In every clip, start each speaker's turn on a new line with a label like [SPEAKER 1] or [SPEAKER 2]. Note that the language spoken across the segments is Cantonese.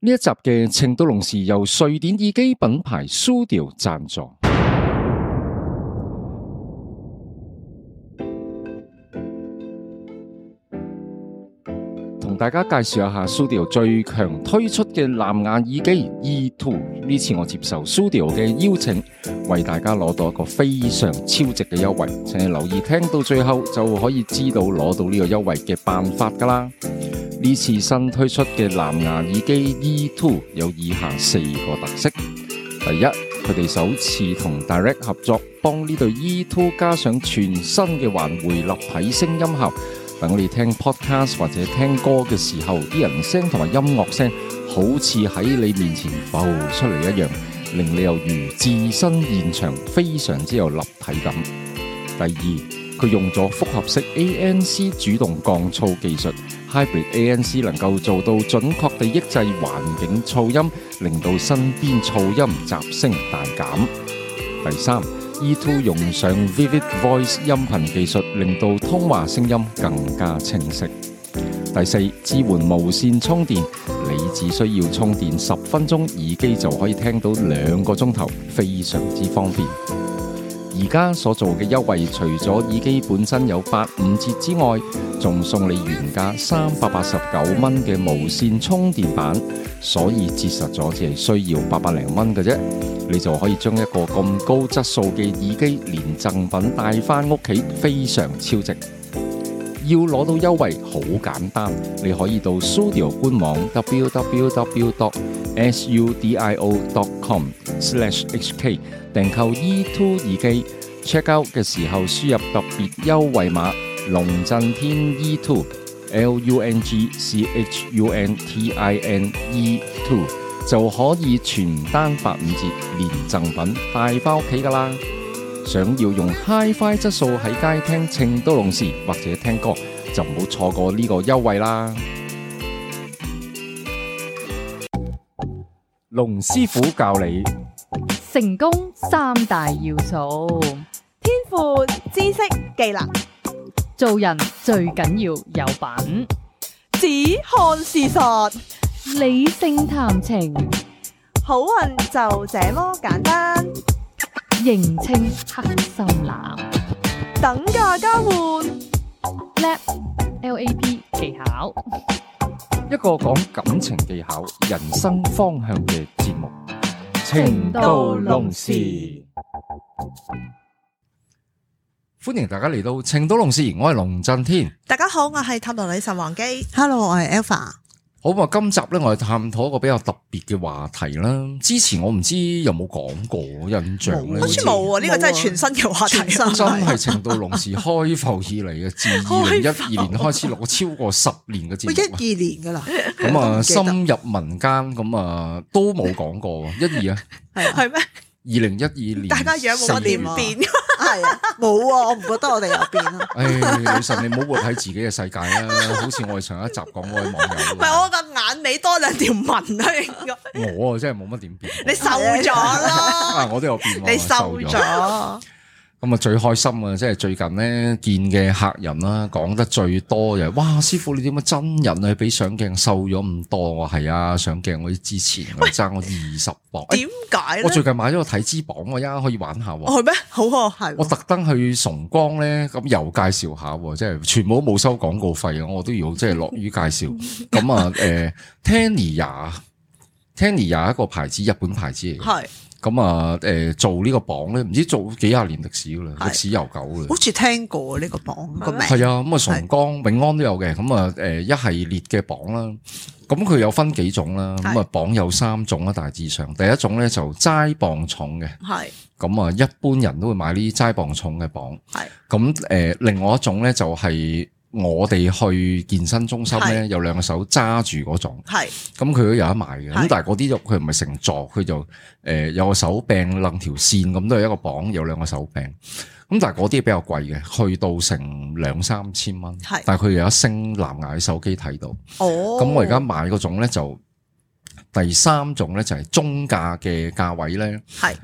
[SPEAKER 1] 呢一集嘅程度龍時由瑞典耳機品牌 Sudio 贊助。同大家介紹一下 Sudio 最強推出嘅藍牙耳機 E Two。呢次我接受 Sudio 嘅邀請，為大家攞到一個非常超值嘅優惠。請你留意聽到最後就可以知道攞到呢個優惠嘅辦法㗎啦。呢次新推出嘅藍牙耳機 E Two 有以下四個特色：第一，佢哋首次同 Direct 合作，幫呢對 E Two 加上全新嘅環回立體聲音效，等你聽 podcast 或者聽歌嘅時候，啲人聲同埋音樂聲好似喺你面前浮出嚟一樣，令你又如置身現場，非常之有立體感。第二，佢用咗複合式 ANC 主動降噪技術。Hybrid ANC 能夠做到準確地抑制環境噪音，令到身邊噪音雜聲大減。第三，E2 用上 Vivid Voice 音頻技術，令到通話聲音更加清晰。第四，支援無線充電，你只需要充電十分鐘，耳機就可以聽到兩個鐘頭，非常之方便。而家所做嘅優惠，除咗耳機本身有八五折之外，仲送你原價三百八十九蚊嘅無線充電板，所以節實咗只係需要八百零蚊嘅啫，你就可以將一個咁高質素嘅耳機連贈品帶翻屋企，非常超值。要攞到優惠好簡單，你可以到 Sudio 官網 www.sudio.com/hk 訂購 E2 耳機。check out 嘅時候輸入特別優惠碼龍震天 E2 L U N G C H U N T I N E2 就可以全單八五折，連贈品帶翻屋企㗎啦！想要用 Hi-Fi 質素喺街聽程度龍時或者聽歌，就唔好錯過呢個優惠啦！龍師傅教你
[SPEAKER 2] 成功三大要素，
[SPEAKER 3] 天賦、知識、技能，
[SPEAKER 2] 做人最緊要有品，
[SPEAKER 3] 只看事實，
[SPEAKER 2] 理性談情，
[SPEAKER 3] 好運就這麼簡單。
[SPEAKER 2] 認清黑心男
[SPEAKER 3] 等價交換，
[SPEAKER 2] ，lap L A P 技巧，
[SPEAKER 1] 一個講感情技巧、人生方向嘅節目《程
[SPEAKER 2] 程
[SPEAKER 1] 度
[SPEAKER 2] 度
[SPEAKER 1] 龍
[SPEAKER 2] 龍
[SPEAKER 1] 時
[SPEAKER 2] 時》，
[SPEAKER 1] 歡迎大家嚟到《程度龍時》，我係龍震天。
[SPEAKER 4] 大家好，我係塔羅女神王姬。
[SPEAKER 3] Hello，我係 Alpha。
[SPEAKER 1] 好咁啊！今集咧，我哋探討一個比較特別嘅話題啦。之前我唔知有冇講過，印象咧
[SPEAKER 4] 好似冇啊，呢個真係全新嘅啊話題。
[SPEAKER 3] 全新
[SPEAKER 1] 真係程度龍時開埠以嚟嘅， 自二零一二年開始錄過超過十年嘅節
[SPEAKER 4] 喂，
[SPEAKER 1] 目啊，
[SPEAKER 4] 一二年 噶啦，
[SPEAKER 1] 咁
[SPEAKER 4] 我都
[SPEAKER 1] 啊
[SPEAKER 4] 唔記得
[SPEAKER 1] 深入民間，咁啊都冇講過喎一二啊，
[SPEAKER 4] 係咩？
[SPEAKER 1] 二零一二年，
[SPEAKER 4] 大家樣冇乜
[SPEAKER 1] 十月
[SPEAKER 4] 點
[SPEAKER 1] 啊
[SPEAKER 4] 變，
[SPEAKER 3] 係啊，冇啊，我唔覺得我哋有變啊。
[SPEAKER 1] 唉，女神，你唔好活喺自己嘅世界 啦，好似我哋上一集講嗰位網
[SPEAKER 4] 唔係
[SPEAKER 1] 友啊
[SPEAKER 4] 我個眼尾多兩條紋啊，應該
[SPEAKER 1] 咁，我啊真係冇乜點變過，
[SPEAKER 4] 你瘦 咗咯，
[SPEAKER 1] 啊我都有變喎，
[SPEAKER 4] 你瘦咗，
[SPEAKER 1] 咁啊最開心啊！即係最近咧見嘅客人啦，講得最多嘅，哇！師傅你點解真人啊？比上鏡瘦咗咁多？我係啊，上鏡我之前我爭我二十磅。哎
[SPEAKER 4] 點解
[SPEAKER 1] 我最
[SPEAKER 4] 咧？
[SPEAKER 1] 近買咗個體脂磅，我而家可以玩下喎。
[SPEAKER 4] 哦，係咩？好啊，係
[SPEAKER 1] 我特登去崇光咧，咁又介紹下喎，即係全部都冇收廣告費啊！我都要即係樂於介紹。
[SPEAKER 4] 嗯
[SPEAKER 1] 咁啊，誒 Tania，Tania 一個牌子，日本牌子嚟嘅。
[SPEAKER 4] 係，
[SPEAKER 1] 咁啊，誒做呢個磅咧，唔知做幾廿年歷史噶啦，
[SPEAKER 4] 係
[SPEAKER 1] 歷史悠久嘅。
[SPEAKER 4] 好似聽過呢個榜個名，
[SPEAKER 1] 係啊，咁啊崇光、永安都有嘅，咁啊誒一系列嘅榜啦，咁佢有分幾種啦，
[SPEAKER 4] 係
[SPEAKER 1] 咁啊榜有三種啦，大致上，第一種咧就齋磅重嘅，
[SPEAKER 4] 係
[SPEAKER 1] 咁啊一般人都會買呢啲齋磅重嘅磅，
[SPEAKER 4] 係
[SPEAKER 1] 咁誒、呃另外一種咧就係、我哋去健身中心咧，
[SPEAKER 4] 係
[SPEAKER 1] 有兩個手揸住嗰種，
[SPEAKER 4] 係
[SPEAKER 1] 咁佢都有得賣嘅。咁
[SPEAKER 4] 係
[SPEAKER 1] 但係嗰啲就佢唔係成座，佢就誒、呃有個手柄楞條線咁，都係一個磅，有兩個手柄。咁但係嗰啲比較貴嘅，去到成兩三千蚊。
[SPEAKER 4] 係
[SPEAKER 1] 但係佢有一升藍牙嘅手機睇到。
[SPEAKER 4] 哦。
[SPEAKER 1] 咁我而家買嗰種咧就第三種咧就係中價嘅價位咧，
[SPEAKER 4] 係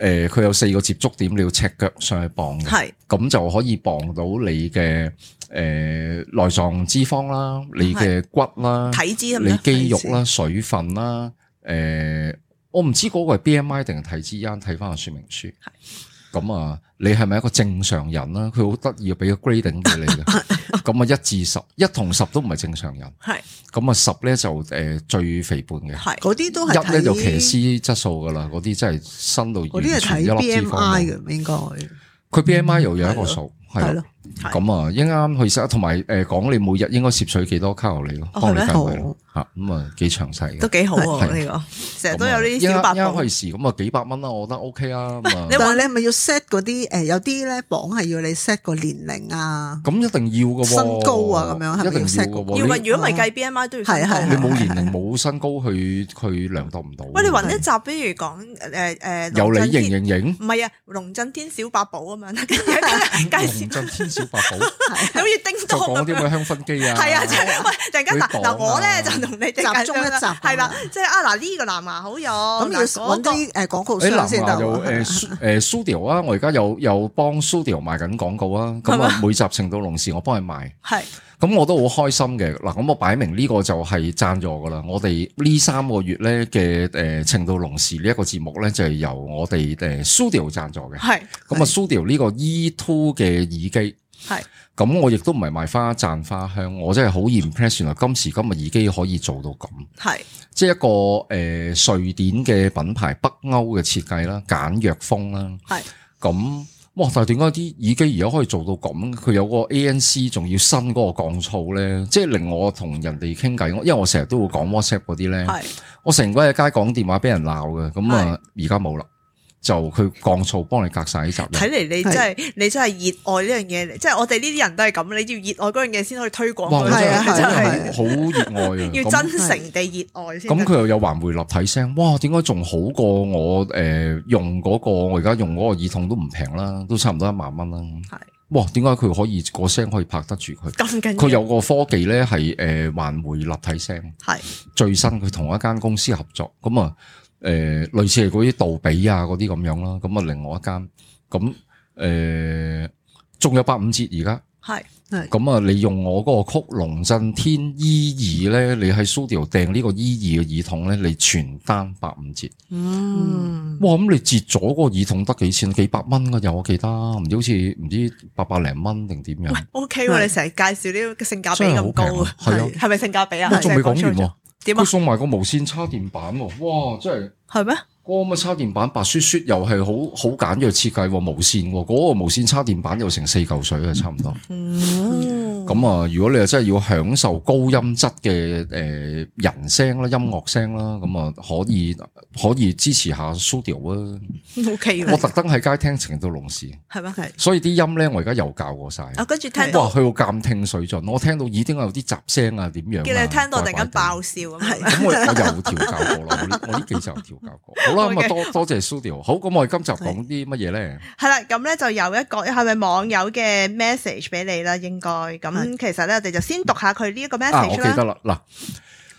[SPEAKER 1] 誒佢有四個接觸點，你要赤腳上去磅嘅，
[SPEAKER 4] 係
[SPEAKER 1] 咁就可以磅到你嘅誒、呃內臟脂肪啦、你嘅骨啦、
[SPEAKER 4] 體脂係咪
[SPEAKER 1] 你肌肉啦、水分啦，誒、我唔知嗰個係 B M I 定係體脂因，睇翻個說明書。咁啊，你係咪一個正常人啦？佢好得意啊，俾個 grading 俾你 嘅。咁啊，一至十，一同十都唔係正常人。
[SPEAKER 4] 係
[SPEAKER 1] 咁啊，十咧就誒最肥胖嘅。
[SPEAKER 4] 係嗰啲都係
[SPEAKER 1] 一咧就騎
[SPEAKER 4] 睇
[SPEAKER 1] 師質素噶啦，嗰啲真係新到
[SPEAKER 4] 嗰
[SPEAKER 1] 完
[SPEAKER 4] 啲係
[SPEAKER 1] 全一粒
[SPEAKER 4] 睇 B
[SPEAKER 1] 脂
[SPEAKER 4] M
[SPEAKER 1] 肪冇。
[SPEAKER 4] I 嘅，應該
[SPEAKER 1] 佢 B M I 又有一個數，係
[SPEAKER 4] 係
[SPEAKER 1] 咯
[SPEAKER 4] 咯。。
[SPEAKER 1] 咁啊，一啱去食，同埋誒講你每日應該攝取幾多卡路里咯，
[SPEAKER 4] 哦
[SPEAKER 1] 幫你
[SPEAKER 4] 係咩
[SPEAKER 1] 計位咯
[SPEAKER 4] 好
[SPEAKER 1] 嚇。咁啊，幾詳細
[SPEAKER 5] 都
[SPEAKER 1] 嘅。
[SPEAKER 5] 幾好
[SPEAKER 1] 係
[SPEAKER 5] 喎呢個。
[SPEAKER 4] 成日都有呢啲小白
[SPEAKER 1] 一啱
[SPEAKER 4] 榜
[SPEAKER 1] 去。時咁啊，幾百蚊啦，我覺得 OK 啊。咁啊
[SPEAKER 4] 但 係你係咪要 set 嗰啲誒？有啲咧榜係要你 set 個年齡啊，
[SPEAKER 1] 咁一定要嘅喎，
[SPEAKER 4] 身高啊咁樣係咪
[SPEAKER 1] 一定
[SPEAKER 4] 要 set
[SPEAKER 1] 嘅
[SPEAKER 4] 個
[SPEAKER 5] 要
[SPEAKER 1] 喎。
[SPEAKER 5] 話
[SPEAKER 1] 你
[SPEAKER 5] 如果唔係計 B M I 都要
[SPEAKER 4] 係
[SPEAKER 5] 分
[SPEAKER 4] 係
[SPEAKER 5] 檔
[SPEAKER 1] 你
[SPEAKER 4] 係
[SPEAKER 1] 冇年齡冇身高去去量度唔到。
[SPEAKER 5] 喂，你揾一集，比如講
[SPEAKER 4] 呃
[SPEAKER 5] 誒誒，
[SPEAKER 1] 有
[SPEAKER 5] 龍
[SPEAKER 1] 你
[SPEAKER 5] 震
[SPEAKER 1] 型型
[SPEAKER 5] 天
[SPEAKER 1] 型，
[SPEAKER 5] 唔係啊，龍震天小百寶啊咁 樣，跟住介
[SPEAKER 1] 龍
[SPEAKER 5] 紹
[SPEAKER 1] 震天小白寶，
[SPEAKER 5] 好似叮
[SPEAKER 1] 就
[SPEAKER 5] 當
[SPEAKER 1] 講
[SPEAKER 5] 咁
[SPEAKER 1] 啲
[SPEAKER 5] 樣。
[SPEAKER 1] 咩香薰機啊，
[SPEAKER 5] 係啊，即係喂，突然間嗱
[SPEAKER 1] 佢講啊
[SPEAKER 5] 嗱，我咧就同你哋
[SPEAKER 4] 集中一集
[SPEAKER 5] 係啦，即係啊嗱，呢個藍牙好用，
[SPEAKER 4] 咁
[SPEAKER 5] 咁
[SPEAKER 4] 要揾啲誒廣告
[SPEAKER 1] 誒
[SPEAKER 4] 商先
[SPEAKER 1] 南
[SPEAKER 4] 得
[SPEAKER 1] 華有
[SPEAKER 4] 喎。
[SPEAKER 1] 誒蘇 誒 Studio 啊，我而家有有幫 Studio 賣緊廣告啊，咁啊每集程度龍時我幫佢賣，
[SPEAKER 5] 係
[SPEAKER 1] 咁我都好開心嘅。嗱，咁我擺明呢個就係贊助噶啦。我哋呢三個月咧嘅誒程度龍時呢一個節目咧，就係由我哋誒 Studio 贊助嘅。
[SPEAKER 5] 係
[SPEAKER 1] 咁啊，Studio 呢個 E Two 嘅耳機。
[SPEAKER 5] 係
[SPEAKER 1] 咁我亦都唔係賣花讚花香，我真係好 impress，原來今時今日耳機可以做到咁。
[SPEAKER 5] 係
[SPEAKER 1] 即係一個誒、呃瑞典嘅品牌北歐嘅設計啦，簡約風啦，
[SPEAKER 5] 係
[SPEAKER 1] 咁哇！但係點解啲耳機而家可以做到咁？佢有個 ANC 仲要新嗰個降噪咧，即係令我同人哋傾偈，因為我成日都會講 WhatsApp 嗰啲咧，
[SPEAKER 5] 係
[SPEAKER 1] 我成日喺街講電話俾人鬧嘅，咁啊而家冇啦，就佢降噪幫你隔晒呢集音。
[SPEAKER 5] 睇嚟你真係你真係熱愛呢樣嘢，即係我哋呢啲人都係咁，你要熱愛嗰樣嘢先可以推廣
[SPEAKER 1] 哇！我
[SPEAKER 5] 嗰
[SPEAKER 1] 真
[SPEAKER 5] 樣
[SPEAKER 4] 係
[SPEAKER 1] 係
[SPEAKER 4] 啊
[SPEAKER 5] 嘢，
[SPEAKER 1] 我真
[SPEAKER 5] 真係
[SPEAKER 1] 係好熱愛啊！
[SPEAKER 5] 要
[SPEAKER 1] 咁
[SPEAKER 5] 真誠地熱愛先
[SPEAKER 1] 咁
[SPEAKER 5] 得。
[SPEAKER 1] 佢又有環回立體聲，哇！點解仲好過我誒、呃用嗰、個？我而家用嗰個耳筒都唔平啦，都差唔多一萬蚊啦。
[SPEAKER 5] 係
[SPEAKER 1] 哇！點解佢可以個聲可以拍得住佢？
[SPEAKER 5] 咁緊要，
[SPEAKER 1] 佢有個科技咧係誒環回立體聲，
[SPEAKER 5] 係
[SPEAKER 1] 最新佢同一間公司合作，咁啊誒類似係嗰啲杜比啊嗰啲咁樣啦，咁啊另外一間咁誒仲有八五折而家。
[SPEAKER 5] 係
[SPEAKER 1] 咁啊，你用我嗰個曲龍震天 E 二咧，你喺 Studio 訂呢個 E 二嘅耳筒咧，你全單八五折。
[SPEAKER 5] 嗯
[SPEAKER 1] 哇！咁你折咗個耳筒得幾錢？幾百蚊㗎又，我記得，啊唔知好似唔知八百零蚊定點樣，
[SPEAKER 5] ，OK 喎，你成日介紹呢個性價比
[SPEAKER 1] 真係好
[SPEAKER 5] 咁高
[SPEAKER 1] 平
[SPEAKER 5] 啊
[SPEAKER 1] 啊！，係啊。
[SPEAKER 5] 係咪性價比啊？
[SPEAKER 1] 喂仲未講完喎，
[SPEAKER 5] 點啊
[SPEAKER 1] 佢？送埋個無線插電板喎，哇！真係
[SPEAKER 5] 係咩？
[SPEAKER 1] 嗰個咁嘅插電板白雪雪又係好好簡約設計喎，無線喎，嗰個無線插電板又成四嚿水啊，差唔多。
[SPEAKER 5] 嗯，
[SPEAKER 1] 咁啊，如果你係真係要享受高音質嘅誒呃人聲啦、音樂聲啦，咁啊可以可以支持下 Studio 啊！
[SPEAKER 5] OK
[SPEAKER 1] 我
[SPEAKER 5] 喎，
[SPEAKER 1] 特登喺街聽程度龍事，
[SPEAKER 5] 係咩？係
[SPEAKER 1] 所以啲音咧我而家又教過晒。
[SPEAKER 5] 啊，跟住聽
[SPEAKER 1] 哇！
[SPEAKER 5] 到
[SPEAKER 1] 去到監聽水準，我聽到耳釘有啲雜聲啊，點樣啊？
[SPEAKER 5] 叫你聽到突然間爆
[SPEAKER 1] 怪
[SPEAKER 5] 笑咁樣，
[SPEAKER 1] 怪地。咁我我又調教過啦，我呢我呢幾集調教 過。好啦，咁啊
[SPEAKER 5] OK
[SPEAKER 1] 多多謝 Studio。好，咁我哋今集講啲乜嘢咧？
[SPEAKER 5] 係啦，咁咧就有一個係咪網友嘅 message 俾你啦？應該咁，其實咧我哋就先讀下佢呢一個
[SPEAKER 1] 啊，我
[SPEAKER 5] message
[SPEAKER 1] 記
[SPEAKER 5] 啦
[SPEAKER 1] 得。啦，嗱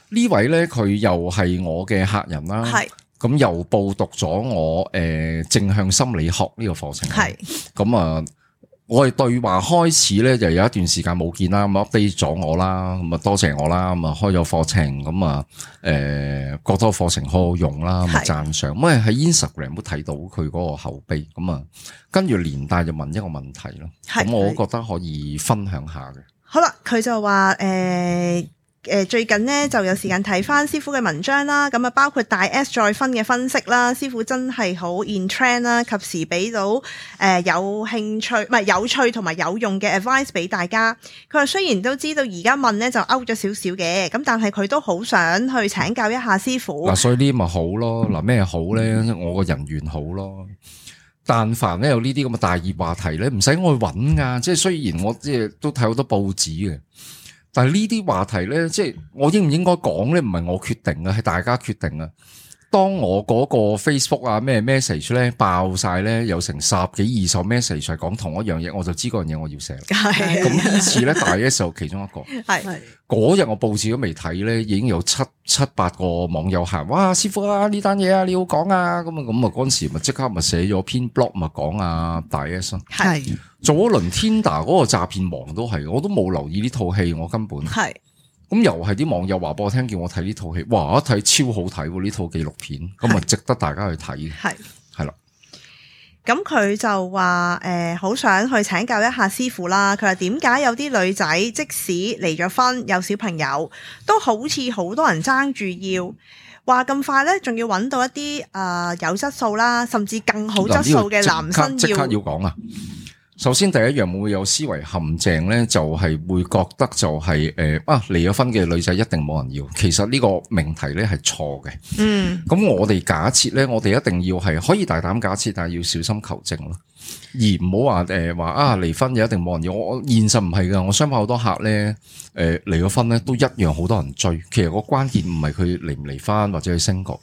[SPEAKER 1] 呢位咧佢又係我嘅客人啦。
[SPEAKER 5] 係
[SPEAKER 1] 咁又報讀咗我誒、呃正向心理學呢個課程。
[SPEAKER 5] 係
[SPEAKER 1] 咁啊，我哋對話開始咧就有一段時間冇見啦，咁啊 update 咗我啦，咁啊多謝我啦，咁啊開咗課程，咁啊誒覺得課程好好用啦，咁啊
[SPEAKER 5] 係
[SPEAKER 1] 讚賞。咁啊喺 Instagram 都睇到佢嗰個口碑，咁啊跟住連帶就問一個問題咯。
[SPEAKER 5] 係
[SPEAKER 1] 咁我覺得可以分享下嘅。
[SPEAKER 5] 好啦，佢就話誒誒最近呢就有時間睇翻師傅嘅文章啦，咁啊包括大 S 再婚嘅分析啦，師傅真係好 in trend 啦，及時俾到誒、呃有興趣唔係有趣同埋有用嘅 advice 俾大家。佢話雖然都知道而家問呢就 out 咗少少嘅，咁但係佢都好想去請教一下師傅
[SPEAKER 1] 嗱，。所以呢啲咪好咯。嗱，咩好咧？我個人緣好咯。但凡咧有呢啲咁嘅大熱話題咧，唔使我去揾噶。即係雖然我即係都睇好多報紙嘅，但係呢啲話題咧，即係我應唔應該講咧，唔係我決定嘅，係大家決定啊。當我嗰個 Facebook 啊咩 message 咧爆晒咧，有成十幾二十 message 係講同一樣嘢，我就知嗰樣嘢我要寫啦。
[SPEAKER 5] 係
[SPEAKER 1] 咁呢次咧大 S 就其中一個。
[SPEAKER 5] 係
[SPEAKER 4] 係
[SPEAKER 1] 嗰日我報紙都未睇咧，已經有七七八個網友行，哇！師傅啊，呢單嘢啊，你要講啊，咁啊咁啊，嗰陣時咪即刻咪寫咗篇 blog 咪講啊大 S 咯
[SPEAKER 5] 係
[SPEAKER 4] 係
[SPEAKER 1] 做咗輪 Tinder 嗰個詐騙王都係，我都冇留意呢套戲，我根本
[SPEAKER 5] 係
[SPEAKER 1] 咁又係啲網友話俾我聽，叫我睇呢套戲，哇！一睇超好睇喎，呢套紀錄片，咁啊值得大家去睇，
[SPEAKER 5] 係。
[SPEAKER 1] 係啦，
[SPEAKER 5] 咁佢就話誒，好、想去請教一下師傅啦。佢話點解有啲女仔即使離咗婚有小朋友，都好似好多人爭住要，話咁快呢，仲要揾到一啲誒、呃有質素 啦，甚至更好質素嘅男
[SPEAKER 1] 嗱呢個
[SPEAKER 5] 生
[SPEAKER 1] 即刻即刻
[SPEAKER 5] 要
[SPEAKER 1] 要講啊！首先第一樣會唔會有思維陷阱咧，就係、會覺得就係、誒、啊離咗婚嘅女仔一定冇人要。其實呢個命題咧係錯嘅。
[SPEAKER 5] 嗯
[SPEAKER 1] 咁我哋假設咧，我哋一定要係可以大膽假設，但係要小心求證咯，而唔好話誒話啊離婚就一定冇人要。我我現實唔係㗎，我相信好多客咧誒離咗婚咧都一樣好多人追。其實個關鍵唔係佢離唔離婚或者佢 single，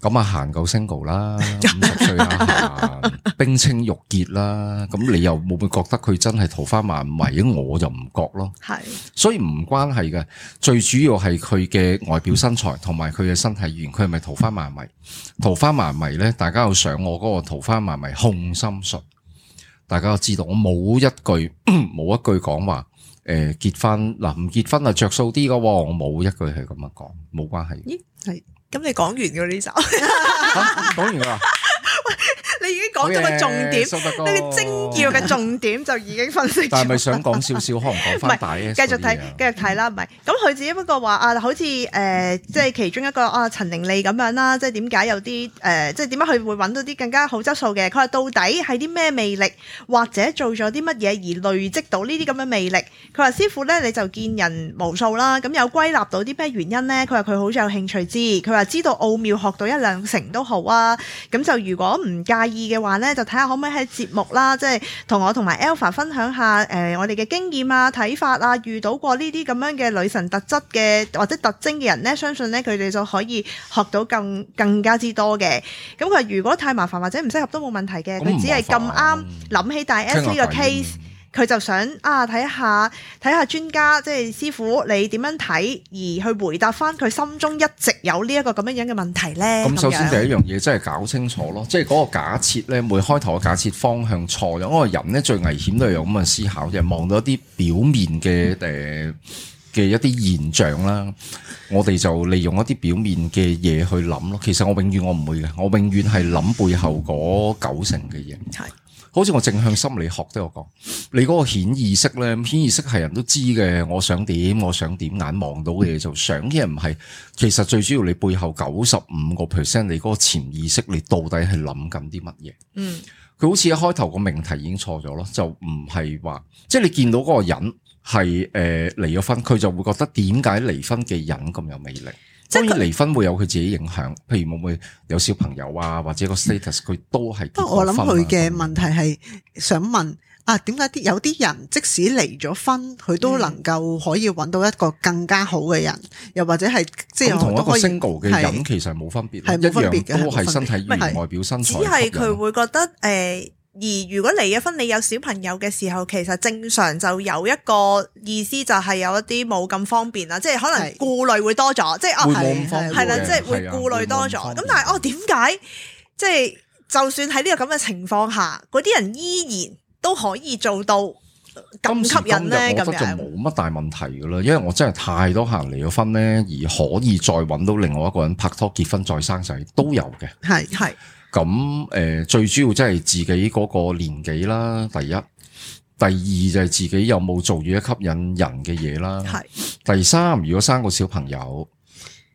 [SPEAKER 1] 咁啊行夠 single 啦，五十歲啦，行冰清玉潔啦，咁你又會唔會覺得佢真係桃花萬迷？我就唔覺咯。
[SPEAKER 5] 係
[SPEAKER 1] 所以唔關係嘅，最主要係佢嘅外表身材同埋佢嘅身體語言，佢係咪桃花麻迷？桃花麻迷呢，大家有上我嗰個桃花麻迷控心術，大家都知道我冇一句 冇一句講話誒、結婚嗱唔結婚啊着數啲嘅喎，我冇一句係咁樣講，冇關係。
[SPEAKER 6] 咁你講完嘅呢集，
[SPEAKER 1] 嚇講完啦，
[SPEAKER 5] 你已經講咗個重點，
[SPEAKER 1] 好嘢，
[SPEAKER 5] 你嘅精要嘅重點就已經分析
[SPEAKER 1] 但係咪
[SPEAKER 5] 咗。
[SPEAKER 1] 想講少少，可能講翻大 S
[SPEAKER 5] 繼續睇
[SPEAKER 1] 嗰啲啊，
[SPEAKER 5] 繼續睇啦，唔係咁佢只不過話啊，好似誒、呃即係其中一個啊陳玲莉咁樣啦，即係點解有啲誒、呃即係點解佢會揾到啲更加好質素嘅？佢話到底係啲咩魅力，或者做咗啲乜嘢而累積到呢啲咁嘅魅力？佢話師傅咧，你就見人無數啦，咁有歸納到啲咩原因呢？佢話佢好有興趣知，佢話知道奧妙學到一兩成都好啊。咁就如果唔介意嘅話呢，就睇下可唔可以喺節目啦，即係同我同埋 Alpha 分享下誒、呃我哋嘅經驗啊、睇法啊，遇到過呢啲咁樣嘅女神特質嘅或者特徵嘅人呢，相信呢，佢哋就可以學到更更加之多嘅。咁佢話如果太麻煩或者唔適合都冇問題嘅，
[SPEAKER 1] 咁唔
[SPEAKER 5] 佢只係咁
[SPEAKER 1] 麻
[SPEAKER 5] 啱
[SPEAKER 1] 煩
[SPEAKER 5] 諗起大 S 呢
[SPEAKER 1] 傾下
[SPEAKER 5] 個
[SPEAKER 1] 偈
[SPEAKER 5] case。佢就想啊睇下睇下專家即係師傅你點樣睇，而去回答翻佢心中一直有呢一個咁樣樣嘅問題呢。
[SPEAKER 1] 咁首先
[SPEAKER 5] 樣
[SPEAKER 1] 第一樣嘢真係搞清楚咯，即係嗰個假設咧，每開頭嘅假設方向錯咗，因為人咧最危險都係有咁嘅思考，就係望到一啲表面嘅誒嘅一啲現象啦，我哋就利用一啲表面嘅嘢去諗咯。其實我永遠我唔會嘅，我永遠係諗背後嗰九成嘅嘢。
[SPEAKER 6] 係
[SPEAKER 1] 好似我正向心理學都有講，你嗰個顯意識咧，顯意識係人都知嘅，我想點，我想點，眼望到嘅嘢就想，嘅唔係。其實最主要你背後九十五個 percent，你嗰個潛意識，你到底係諗緊啲乜嘢？
[SPEAKER 5] 嗯，
[SPEAKER 1] 佢好似一開頭個命題已經錯咗咯，就唔係話，即係你見到嗰個人係誒、呃、離咗婚，佢就會覺得點解離婚嘅人咁有魅力？
[SPEAKER 6] 即係
[SPEAKER 1] 當
[SPEAKER 6] 佢
[SPEAKER 1] 然離婚會有佢自己影響，譬如會唔會有小朋友啊，或者個 status 佢都係
[SPEAKER 4] 不
[SPEAKER 1] 結
[SPEAKER 4] 過我諗
[SPEAKER 1] 咗婚啊
[SPEAKER 4] 佢嘅
[SPEAKER 1] 咁
[SPEAKER 4] 問題係想問啊，點解啲有啲人即使離咗婚，佢都能夠可以揾到一個更加好嘅人，又或者係即係
[SPEAKER 1] 咁同一
[SPEAKER 4] 都
[SPEAKER 1] 個
[SPEAKER 4] 可以
[SPEAKER 1] single 嘅
[SPEAKER 4] 係
[SPEAKER 1] 人其實係冇分別，
[SPEAKER 4] 係
[SPEAKER 1] 一
[SPEAKER 4] 冇分別嘅
[SPEAKER 1] 樣都係
[SPEAKER 4] 係冇
[SPEAKER 1] 身
[SPEAKER 4] 分別
[SPEAKER 1] 體語言、
[SPEAKER 4] 係
[SPEAKER 1] 外表、身
[SPEAKER 6] 只
[SPEAKER 1] 材吸
[SPEAKER 6] 係
[SPEAKER 1] 引。啊
[SPEAKER 6] 佢會覺得誒、呃而如果離咗婚，你有小朋友嘅時候，其實正常就有一個意思，就係有一啲冇咁方便啦，即係可能
[SPEAKER 4] 係
[SPEAKER 6] 顧慮會多咗，即係
[SPEAKER 5] 啊
[SPEAKER 1] 會
[SPEAKER 6] 哦
[SPEAKER 1] 冇咁方便
[SPEAKER 4] 會
[SPEAKER 1] 嘅，
[SPEAKER 6] 係啦，即係會
[SPEAKER 1] 啊
[SPEAKER 6] 顧慮多咗。
[SPEAKER 1] 會冇
[SPEAKER 6] 咁
[SPEAKER 1] 方便
[SPEAKER 6] 但係哦，點解即係就算喺呢個咁嘅情況下，嗰啲人依然都可以做到呃咁
[SPEAKER 1] 今時
[SPEAKER 6] 吸
[SPEAKER 1] 今
[SPEAKER 6] 引
[SPEAKER 1] 日
[SPEAKER 6] 呢？
[SPEAKER 1] 我覺
[SPEAKER 6] 咁
[SPEAKER 1] 得就
[SPEAKER 6] 樣
[SPEAKER 1] 冇乜大問題噶啦，因為我真係太多客人離咗婚咧，而可以再揾到另外一個人拍拖、結婚、再生仔都有嘅。
[SPEAKER 4] 係
[SPEAKER 6] 係
[SPEAKER 1] 咁誒、呃最主要即係自己嗰個年紀啦，第一，第二就係自己有冇做嘢吸引人嘅嘢啦。
[SPEAKER 6] 係
[SPEAKER 1] 第三，如果生個小朋友，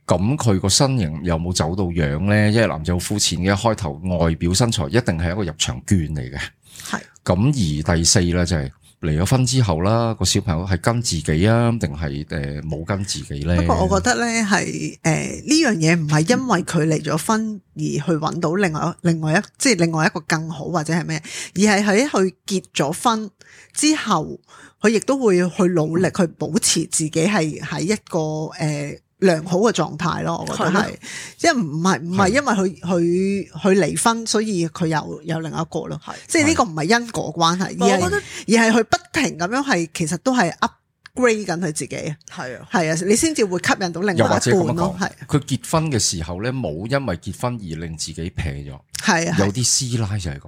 [SPEAKER 1] 咁佢個身形有冇走到樣呢？因為男仔好膚淺嘅，一開頭外表身材一定係一個入場券嚟嘅。
[SPEAKER 6] 係
[SPEAKER 1] 咁而第四呢，就係、離咗婚之後啦，個小朋友係跟自己啊，定係誒冇跟自己呢？
[SPEAKER 4] 不過我覺得咧係誒呢樣嘢唔係因為佢離咗婚而去揾到另外另外一即係另外一個更好或者係咩，而係喺佢結咗婚之後，佢亦都會去努力去保持自己係喺一個誒、呃良好嘅狀態咯，我覺得係，即係唔係唔係因為佢佢佢離婚，所以佢有有另一個咯，即係呢個唔係因果關係，
[SPEAKER 5] 我
[SPEAKER 4] 而
[SPEAKER 5] 覺
[SPEAKER 4] 係
[SPEAKER 5] 得
[SPEAKER 4] 而係佢不停咁樣係，其實都係 upgrade 緊佢自己，
[SPEAKER 5] 係啊，
[SPEAKER 4] 係啊，你先至會吸引到另外一
[SPEAKER 1] 又或者咁樣
[SPEAKER 4] 半咯，
[SPEAKER 1] 講
[SPEAKER 4] 係，
[SPEAKER 1] 佢結婚嘅時候咧，冇因為結婚而令自己撇咗。
[SPEAKER 4] 係啊，
[SPEAKER 1] 有
[SPEAKER 4] 係
[SPEAKER 1] 啲師奶就係咁，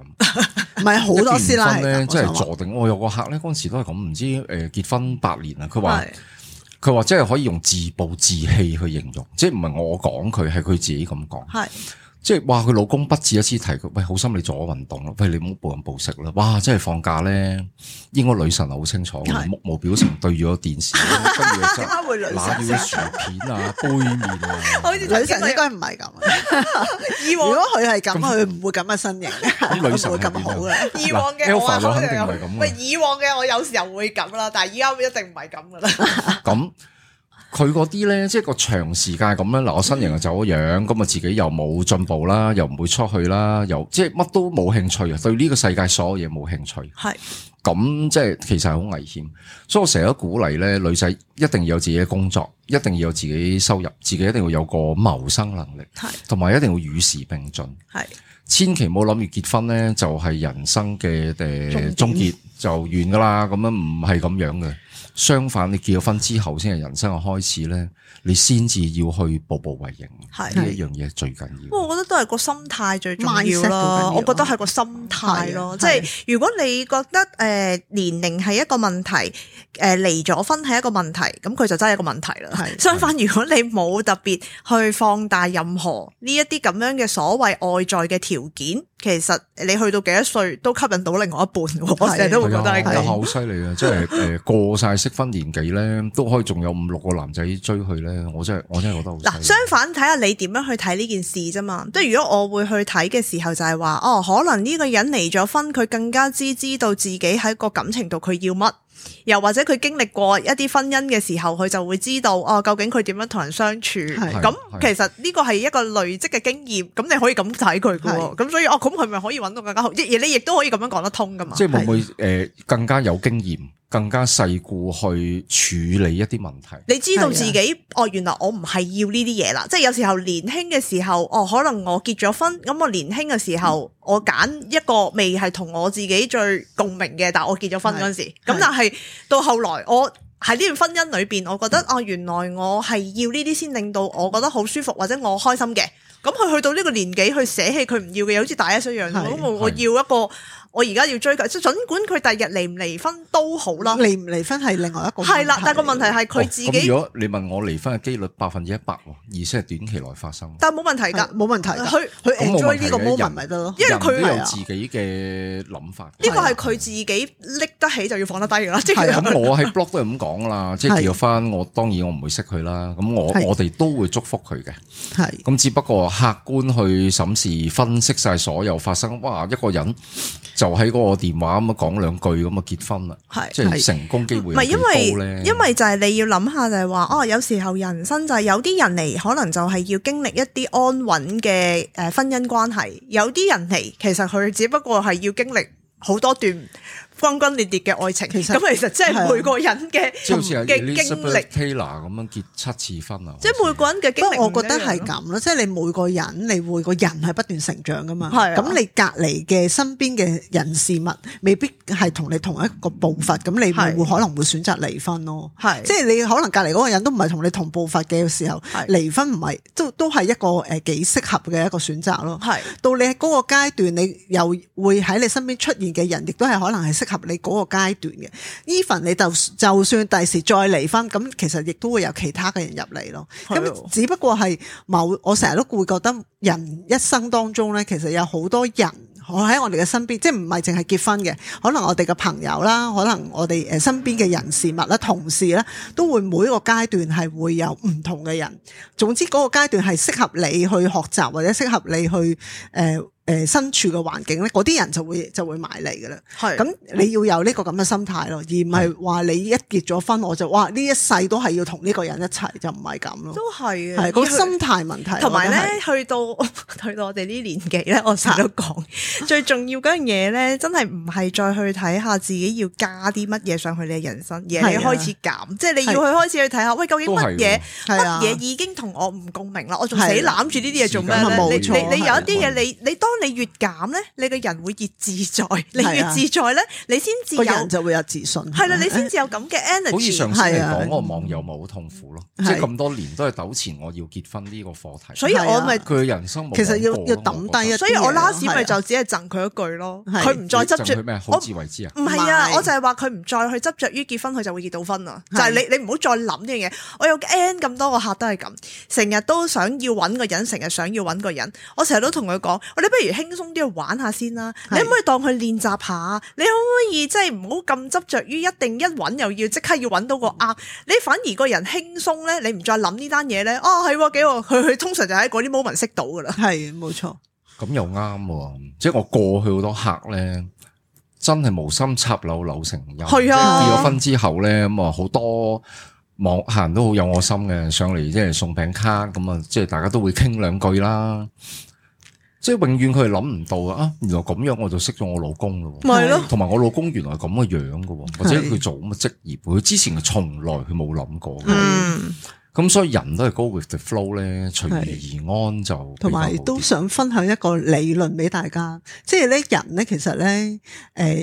[SPEAKER 4] 唔係好多師奶
[SPEAKER 1] 一結婚咧，
[SPEAKER 4] 係
[SPEAKER 1] 即係
[SPEAKER 4] 咁我想話
[SPEAKER 1] 坐定。我有個客咧，嗰陣時都係咁，唔知誒結婚八年啊，佢話佢話即係可以用自暴自棄去形容，即係唔係我講佢，係佢自己咁講。
[SPEAKER 5] 係
[SPEAKER 1] 即係哇！佢老公不止一次提佢，喂，好心你做咗運動啦，喂，你唔好暴飲暴食啦。哇！真係放假咧，應該女神啊係好清楚嘅，目無表情對住個電視，跟住就
[SPEAKER 6] 啊
[SPEAKER 5] 會女神
[SPEAKER 1] 拿住啲薯片啊、杯麵 啊。
[SPEAKER 5] 好似
[SPEAKER 4] 女神應該唔係咁，啊
[SPEAKER 5] 以
[SPEAKER 4] 如
[SPEAKER 5] 往
[SPEAKER 4] 果佢係咁，佢唔會咁嘅身形，
[SPEAKER 1] 咁 女神
[SPEAKER 4] 唔會
[SPEAKER 1] 係
[SPEAKER 4] 咁
[SPEAKER 1] 點
[SPEAKER 4] 好
[SPEAKER 1] 樣？
[SPEAKER 4] 嘅。
[SPEAKER 5] 以往嘅我啊
[SPEAKER 1] Alpha 就
[SPEAKER 5] 可
[SPEAKER 1] 肯
[SPEAKER 5] 能
[SPEAKER 1] 定
[SPEAKER 5] 有
[SPEAKER 1] 唔係咁嘅
[SPEAKER 5] 喂，以往嘅我有時候會咁啦，但係依家一定唔係咁噶啦。
[SPEAKER 1] 咁佢嗰啲咧，即係個長時間咁樣，嗱，我身形又走咗樣，咁啊自己又冇進步啦，又唔會出去啦，又即係乜都冇興趣啊，對呢個世界所有嘢冇興趣。
[SPEAKER 5] 係
[SPEAKER 1] 咁即係其實係好危險，所以我成日都鼓勵咧，女仔一定要有自己嘅工作，一定要有自己收入，自己一定要有個謀生能力，同埋一定要與時並進。
[SPEAKER 5] 係
[SPEAKER 1] 千祈唔好諗住結婚咧，就係人生嘅誒終結就完噶啦，咁樣唔係咁樣嘅。相反，你結咗婚之後先係人生嘅開始咧，你先至要去步步為營，
[SPEAKER 5] 係
[SPEAKER 1] 呢一樣嘢最緊
[SPEAKER 5] 不過
[SPEAKER 1] 要。
[SPEAKER 5] 我覺得都係個心態最重
[SPEAKER 4] Mindset
[SPEAKER 5] 要
[SPEAKER 4] 都緊
[SPEAKER 5] 咯，
[SPEAKER 4] 要
[SPEAKER 5] 我覺得係個心態咯，即
[SPEAKER 4] 係啊
[SPEAKER 5] 係如果你覺得誒、呃年齡係一個問題，誒、呃、離咗婚係一個問題，咁佢就真係一個問題啦。
[SPEAKER 4] 係
[SPEAKER 5] 相反，如果你冇特別去放大任何呢一啲咁樣嘅所謂外在嘅條件，其實你去到幾多歲都吸引到另外一半喎，我成日都會覺得係
[SPEAKER 1] 係啊
[SPEAKER 5] 咁。
[SPEAKER 1] 好犀利啊！即 係誒過晒適婚年紀咧，都可以仲有五六個男仔追佢咧，我真係我真係覺得好犀利。
[SPEAKER 5] 嗱，相反睇下你點樣去睇呢件事啫嘛。即係如果我會去睇嘅時候就係話，哦，可能呢個人離咗婚，佢更加知知道自己喺個感情度佢要乜，又或者佢經歷過一啲婚姻嘅時候，佢就會知道哦，究竟佢點樣同人相處。
[SPEAKER 4] 係
[SPEAKER 5] 咁
[SPEAKER 1] 係
[SPEAKER 5] 其實呢個係一個累積嘅經驗，咁你可以咁睇佢嘅喎。
[SPEAKER 4] 係
[SPEAKER 5] 咁所以哦，咁佢咪可以揾到更加好，亦你亦都可以咁樣講得通噶嘛。
[SPEAKER 1] 即係會唔會誒更加有經驗，更加細故去處理一啲問題？
[SPEAKER 5] 你知道自己哦，原來我唔係要呢啲嘢啦，即係有時候年輕嘅時候，哦，可能我結咗婚，咁我年輕嘅時候，我揀一個未係同我自己最共鳴嘅，但我結咗婚嗰陣時，咁
[SPEAKER 4] 係
[SPEAKER 5] 但係到後來我。喺呢段婚姻裏邊，我覺得哦，原來我係要呢啲先令到我覺得好舒服或者我開心嘅。咁佢去到呢個年紀，去捨棄佢唔要嘅嘢，好似大 S 一樣。
[SPEAKER 4] 係
[SPEAKER 5] 咁我我要
[SPEAKER 1] 係
[SPEAKER 5] 一個，我而家要追求，即係儘管佢第日離唔離婚都好啦。
[SPEAKER 4] 離唔離婚係另外一個
[SPEAKER 5] 係啦，但係個問
[SPEAKER 4] 題
[SPEAKER 5] 題係佢
[SPEAKER 1] 哦
[SPEAKER 5] 自
[SPEAKER 1] 咁
[SPEAKER 5] 己
[SPEAKER 1] 如果你問我離婚嘅機率百分之一百，而且係短期內發生，
[SPEAKER 5] 但冇問題
[SPEAKER 4] 嚟
[SPEAKER 5] 㗎
[SPEAKER 4] 㗎，。冇問題㗎。
[SPEAKER 5] 佢
[SPEAKER 4] 佢
[SPEAKER 1] 咁冇問
[SPEAKER 4] enjoy
[SPEAKER 1] 題
[SPEAKER 4] 呢個
[SPEAKER 1] 嘅
[SPEAKER 4] moment
[SPEAKER 1] 人
[SPEAKER 4] 咪得咯。
[SPEAKER 5] 因為佢
[SPEAKER 1] 人都
[SPEAKER 5] 係
[SPEAKER 1] 有
[SPEAKER 5] 啊
[SPEAKER 1] 自己嘅諗法。
[SPEAKER 5] 呢個係佢自己拎得起就要放得低㗎啦，即
[SPEAKER 4] 啊係啊
[SPEAKER 5] 係
[SPEAKER 1] 咁我喺 blog 都係咁講啦，即係
[SPEAKER 4] 係
[SPEAKER 1] 結咗婚，我當然我唔會識佢啦。咁我
[SPEAKER 4] 係
[SPEAKER 1] 我哋都會祝福佢嘅。
[SPEAKER 4] 係
[SPEAKER 1] 咁只不過客觀去審視、分析晒所有發生，哇！一個人就喺嗰個電話咁樣講兩句咁啊結婚啦，
[SPEAKER 5] 係
[SPEAKER 1] 即係成功機
[SPEAKER 5] 唔
[SPEAKER 1] 會有
[SPEAKER 5] 係
[SPEAKER 1] 幾
[SPEAKER 5] 因
[SPEAKER 1] 高
[SPEAKER 5] 為
[SPEAKER 1] 咧？
[SPEAKER 5] 因為就係你要諗下就係話哦，有時候人生就係有啲人嚟，可能就係要經歷一啲安穩嘅誒婚姻關係；有啲人嚟，其實佢只不過係要經歷好多段轟轟烈烈嘅愛情。
[SPEAKER 4] 其實
[SPEAKER 5] 咁其實即係每個人嘅
[SPEAKER 1] 即係好似係
[SPEAKER 5] 嘅
[SPEAKER 1] Elizabeth
[SPEAKER 5] 經歷
[SPEAKER 1] Taylor 咁樣結七次婚啊，
[SPEAKER 5] 即係每個人嘅經
[SPEAKER 4] 不
[SPEAKER 5] 歷唔一
[SPEAKER 4] 過
[SPEAKER 5] 樣咯。
[SPEAKER 4] 我覺得係咁咯，即係你每個人，你會個人係不斷成長噶嘛。
[SPEAKER 5] 係啊
[SPEAKER 4] 咁你隔離嘅身邊嘅人事物，未必係同你同一個步伐，咁你咪
[SPEAKER 5] 係
[SPEAKER 4] 會可能會選擇離婚咯。
[SPEAKER 5] 係
[SPEAKER 4] 即係你可能隔離嗰個人都唔係同你同步伐嘅時候，
[SPEAKER 5] 係
[SPEAKER 4] 離婚唔係都都係一個誒幾適合嘅一個選擇咯。
[SPEAKER 5] 係
[SPEAKER 4] 到你嗰個階段，你又會喺你身邊出現嘅人，亦都係可能係適合你嗰個階段嘅。even 你就就算第時再離婚，咁其實亦都會有其他嘅人入嚟咯。
[SPEAKER 5] 係喎
[SPEAKER 4] 咁只不過係某，我成日都會覺得人一生當中咧，其實有好多人。我喺我哋嘅身邊，即係唔係淨係結婚嘅，可能我哋嘅朋友啦，可能我哋誒身邊嘅人事物啦、同事啦，都會每一個階段係會有唔同嘅人。總之嗰個階段係適合你去學習，或者適合你去誒、呃誒身處嘅環境咧，嗰啲人就會就會埋嚟噶啦。
[SPEAKER 5] 系咁
[SPEAKER 4] 咁你要有呢個咁嘅心態咯，而唔係話你一結咗婚我就哇呢一世都係要同呢個人一齊，就唔係咁咯。
[SPEAKER 5] 都係啊
[SPEAKER 4] 係個心態問題，
[SPEAKER 5] 同埋
[SPEAKER 4] 我覺得
[SPEAKER 5] 咧，
[SPEAKER 4] 係，
[SPEAKER 5] 去到 去到我哋呢年紀咧，我成日都 講最重要嗰樣嘢咧，真係唔係再去睇下自己要加啲乜嘢上去你嘅人生，而係你
[SPEAKER 4] 係啊
[SPEAKER 5] 開始減，即係你要去開始去睇下，喂，究竟
[SPEAKER 1] 都係
[SPEAKER 5] 乜嘢
[SPEAKER 1] 喎
[SPEAKER 4] 係
[SPEAKER 5] 乜
[SPEAKER 4] 啊
[SPEAKER 5] 嘢已經同我唔共鳴啦，我仲
[SPEAKER 4] 係
[SPEAKER 5] 死
[SPEAKER 4] 啊
[SPEAKER 5] 攬住呢啲嘢做咩
[SPEAKER 4] 時間
[SPEAKER 5] 咧？
[SPEAKER 4] 冇
[SPEAKER 5] 你
[SPEAKER 4] 錯
[SPEAKER 5] 你你有一啲
[SPEAKER 1] 係啊
[SPEAKER 5] 嘢，你你當你越減咧，你個人會越自在，你
[SPEAKER 4] 係
[SPEAKER 5] 越
[SPEAKER 4] 啊
[SPEAKER 5] 自在咧，你先至
[SPEAKER 4] 個
[SPEAKER 5] 有
[SPEAKER 4] 人就會有自信。啊
[SPEAKER 5] 係啦，你先至有咁嘅
[SPEAKER 1] 好似
[SPEAKER 5] energy。
[SPEAKER 1] 上次嚟
[SPEAKER 4] 係啊
[SPEAKER 1] 講，我網友咪好痛苦咯，即
[SPEAKER 4] 係
[SPEAKER 1] 係咁多年都係糾纏我要結婚呢個課題。
[SPEAKER 5] 所以我咪
[SPEAKER 1] 佢嘅人生冇
[SPEAKER 4] 其實要
[SPEAKER 1] 講過咯
[SPEAKER 4] 要抌低一
[SPEAKER 1] 我覺
[SPEAKER 5] 所以我
[SPEAKER 4] 啲嘢咯
[SPEAKER 5] last 咪
[SPEAKER 4] 啊係啊
[SPEAKER 5] 就只係贈佢一句咯，
[SPEAKER 4] 係
[SPEAKER 5] 佢唔再
[SPEAKER 1] 得
[SPEAKER 5] 執
[SPEAKER 1] 你贈佢咩
[SPEAKER 5] 住
[SPEAKER 1] 好自為之啊？
[SPEAKER 5] 唔係啊，
[SPEAKER 4] 唔係
[SPEAKER 5] 我就係話佢唔再去執着於結婚，佢就會結到婚啊！就係
[SPEAKER 4] 係
[SPEAKER 5] 你你唔好再諗呢樣嘢。我有 N 咁多個客都係咁，成日都想要揾個人，成日想要揾個人。我成日都同佢講，我哋不如輕鬆啲去玩下先啦。你
[SPEAKER 4] 係
[SPEAKER 5] 可唔可以當佢練習下？你可唔可以即係唔好咁執着於一定一揾又要即刻要揾到
[SPEAKER 4] 嗯
[SPEAKER 5] 個啱？你反而個人輕鬆咧，你唔再諗呢單嘢咧。哦，係喎，幾好。佢佢通常就喺嗰啲 moment 識到噶啦。
[SPEAKER 4] 係冇錯，
[SPEAKER 1] 咁又啱喎，即係我過去好多客咧，真係無心插柳柳成蔭。
[SPEAKER 5] 係啊
[SPEAKER 1] 即係結咗婚之後咧，咁啊好多網客人都好有我心嘅，上嚟即係送餅卡，咁啊即係大家都會傾兩句啦。即係永遠佢係諗唔到啊！原來咁樣我就識咗我老公咯喎。
[SPEAKER 5] 咪係咯
[SPEAKER 1] 同埋我老公原來係咁嘅樣嘅喎，或者佢做咁嘅職業，佢之前從來佢冇諗過嘅。
[SPEAKER 5] 嗯，
[SPEAKER 1] 咁所以人都係 go with the flow 咧，隨遇而安就比較
[SPEAKER 4] 同
[SPEAKER 1] 好
[SPEAKER 4] 埋
[SPEAKER 1] 啲
[SPEAKER 4] 都想分享一個理論俾大家，即係咧人咧其實咧，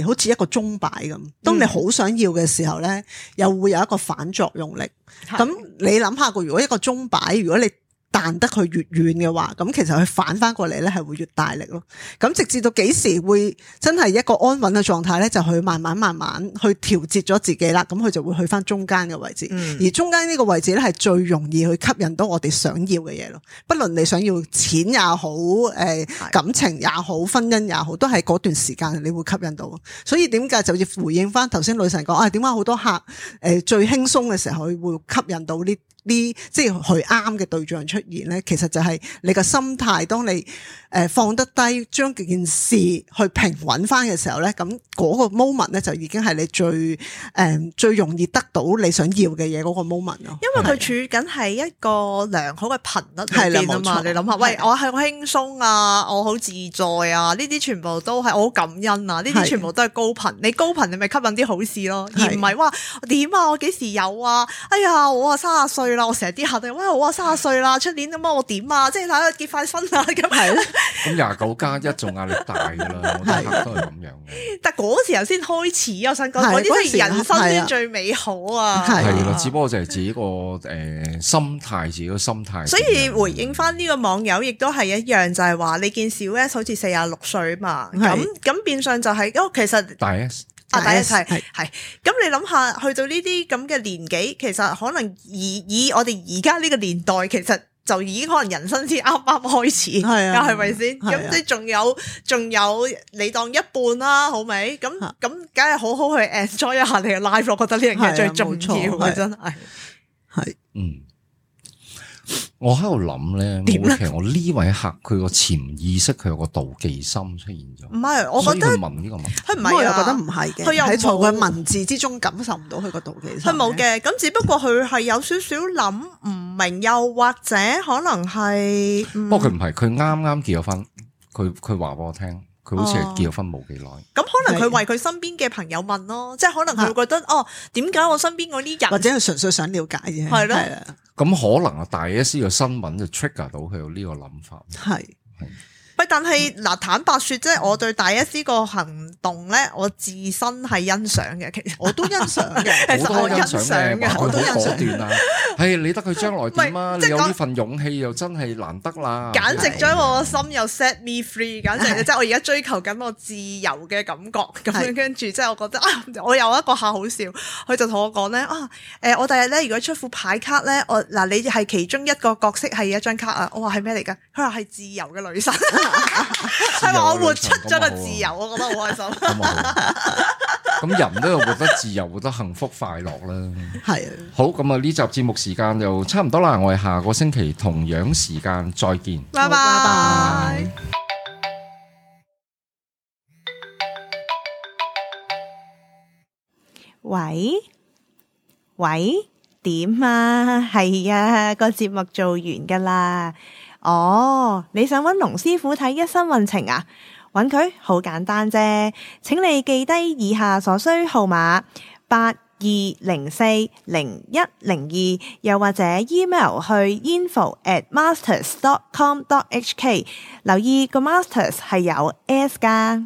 [SPEAKER 4] 誒、好似一個鐘擺咁，當
[SPEAKER 5] 嗯
[SPEAKER 4] 你好想要嘅時候咧，又會有一個反作用力。咁你諗下個，如果一個鐘擺，如果你彈得佢越遠嘅話，咁其實佢反翻過嚟咧係會越大力咯。咁直至到幾時會真係一個安穩嘅狀態咧，就去慢慢慢慢去調節咗自己啦。咁佢就會去翻中間嘅位置，
[SPEAKER 5] 嗯
[SPEAKER 4] 而中間呢個位置咧係最容易去吸引到我哋想要嘅嘢咯。不論你想要錢也好，誒、感情也好，婚姻也好，都係嗰段時間你會吸引到。所以點解就要回應翻頭先女神講啊？點解好多客誒、最輕鬆嘅時候會吸引到呢呢即係佢啱嘅對象出現咧？其實就係你個心態，當你誒、放得低，將件事去平穩翻嘅時候咧，咁嗰個 moment 咧就已經係你最誒、最容易得到你想要嘅嘢嗰個 moment 咯。
[SPEAKER 5] 因為佢處緊係一個良好嘅頻率
[SPEAKER 4] 嗯係
[SPEAKER 5] 裏
[SPEAKER 4] 啦
[SPEAKER 5] 邊啊嘛，
[SPEAKER 4] 冇錯
[SPEAKER 5] 你諗下，喂，
[SPEAKER 4] 係
[SPEAKER 5] 我係好輕鬆啊，我好自在啊，呢啲全部都係我好感恩啊，呢啲
[SPEAKER 4] 係
[SPEAKER 5] 全部都係高頻。你高頻你咪吸引啲好事咯，而
[SPEAKER 4] 係
[SPEAKER 5] 唔係哇點啊，我幾時有啊？哎呀，我啊卅歲啦，我成日啲客都話喂我啊卅歲啦，出年咁啊我點啊？即係睇下結快婚啦咁。係啦，
[SPEAKER 1] 咁廿九加一仲壓力大噶啦，我啲客都係咁樣嘅，
[SPEAKER 5] 但嗰時候先開始啊，我想講
[SPEAKER 4] 係
[SPEAKER 5] 嗰啲
[SPEAKER 4] 嗰時
[SPEAKER 5] 先係人生
[SPEAKER 4] 係
[SPEAKER 5] 先
[SPEAKER 4] 啊
[SPEAKER 5] 最美好啊。
[SPEAKER 4] 係
[SPEAKER 1] 係啦，只不過就係自己個誒心態，自己個心態。
[SPEAKER 5] 所以
[SPEAKER 4] 嗯
[SPEAKER 5] 回應翻呢個網友，亦都係一樣，就係話你見小 S 好似四廿六歲嘛，
[SPEAKER 4] 係
[SPEAKER 5] 咁咁變相就係、哦，其實
[SPEAKER 1] 大 S，
[SPEAKER 5] 啊，大 S 係
[SPEAKER 4] 係
[SPEAKER 5] 係咁，你諗下去到呢啲咁嘅年紀，其實可能以以我哋而家呢個年代，其實就已經可能人生先啱啱開始，
[SPEAKER 4] 係啊
[SPEAKER 5] 係咪先？
[SPEAKER 4] 係啊
[SPEAKER 5] 咁即係仲有仲有你當一半啦，好未？咁咁
[SPEAKER 4] 啊
[SPEAKER 5] 梗係好好去 enjoy 一下你嘅 life，我覺得呢樣嘢最重要
[SPEAKER 4] 係啊冇錯係
[SPEAKER 5] 嘅
[SPEAKER 4] 啊
[SPEAKER 5] 真係。
[SPEAKER 4] 係
[SPEAKER 1] 嗯，我喺度諗咧，
[SPEAKER 5] 點咧
[SPEAKER 1] 我其實我呢位客佢個潛意識佢有個妒忌心出現
[SPEAKER 5] 唔
[SPEAKER 1] 咗，
[SPEAKER 5] 係，嗯啊我
[SPEAKER 1] 所以
[SPEAKER 5] 覺得
[SPEAKER 1] 佢問呢個問題。
[SPEAKER 5] 佢唔
[SPEAKER 4] 咁我
[SPEAKER 5] 係
[SPEAKER 4] 又
[SPEAKER 5] 啊，
[SPEAKER 4] 覺得唔係嘅，
[SPEAKER 5] 佢又
[SPEAKER 4] 喺從
[SPEAKER 5] 冇
[SPEAKER 4] 佢文字之中感受唔到佢個妒忌心。
[SPEAKER 5] 佢冇，嘅，咁只不過佢係有少少諗唔明，又或者可能係，嗯
[SPEAKER 1] 不過佢唔係，佢啱啱結咗婚，佢佢話俾我聽，佢好似
[SPEAKER 5] 哦
[SPEAKER 1] 係結咗婚冇幾耐。
[SPEAKER 5] 咁可能佢
[SPEAKER 4] 係
[SPEAKER 5] 為佢身邊嘅朋友問咯，即係可能佢會覺得哦，點解我身邊嗰啲
[SPEAKER 4] 或
[SPEAKER 5] 人
[SPEAKER 4] 者佢純粹想了解啫。
[SPEAKER 5] 係咯
[SPEAKER 4] 係啊
[SPEAKER 1] 咁可能啊，大 S 呢個新聞就 trigger 到佢有呢個諗法。
[SPEAKER 4] 係
[SPEAKER 5] 喂，但係嗱，坦白說，即係我對大 S 呢個行動咧，我自身係欣賞嘅，其實我 都
[SPEAKER 4] 都欣賞嘅。
[SPEAKER 5] 其實
[SPEAKER 1] 好
[SPEAKER 5] 我
[SPEAKER 1] 多
[SPEAKER 5] 欣
[SPEAKER 1] 欣
[SPEAKER 5] 賞
[SPEAKER 1] 賞
[SPEAKER 5] 嘅
[SPEAKER 1] 嘅，
[SPEAKER 5] 我
[SPEAKER 1] 話
[SPEAKER 5] 都
[SPEAKER 1] 佢
[SPEAKER 5] 欣
[SPEAKER 1] 好果
[SPEAKER 5] 賞
[SPEAKER 1] 斷啊！係你得佢將來點啊？
[SPEAKER 5] 唔係
[SPEAKER 1] 你
[SPEAKER 5] 即係
[SPEAKER 1] 有
[SPEAKER 5] 講
[SPEAKER 1] 呢份勇氣又真係難得啦，
[SPEAKER 5] 簡直將
[SPEAKER 1] 啊係
[SPEAKER 5] 我個心又 set me free，簡 直即係我而家追求緊我自由嘅感覺咁樣，
[SPEAKER 4] 係
[SPEAKER 5] 跟住即係我覺得啊，我有一個客好笑，佢就同我講咧啊，誒、我第日咧如果出副牌卡咧，我嗱你係其中一個角色係一張卡啊，我話係咩嚟㗎？佢話係自由嘅女神，
[SPEAKER 1] 自由
[SPEAKER 5] 佢
[SPEAKER 1] 嘅
[SPEAKER 5] 話我
[SPEAKER 1] 女
[SPEAKER 5] 活
[SPEAKER 1] 神
[SPEAKER 5] 出咗
[SPEAKER 1] 咁
[SPEAKER 5] 個
[SPEAKER 1] 好啊
[SPEAKER 5] 自由，我覺得好開心。
[SPEAKER 1] 咁啊好咁人都有活得自由、活得幸福、快樂啦。
[SPEAKER 4] 係啊
[SPEAKER 1] 好，咁啊呢集節目時間就差唔多啦，我哋下個星期同樣時間再見。
[SPEAKER 5] 拜
[SPEAKER 4] 拜
[SPEAKER 5] 拜。喂喂，點啊？係啊，個節目做完噶啦。哦，你想揾龍師傅睇一生運程啊？揾佢好簡單啫，請你記低以下所需號碼八。二零四零一零二，又或者 email 去 info at masters dot com dot hk。留意個 masters 係有 s 噶。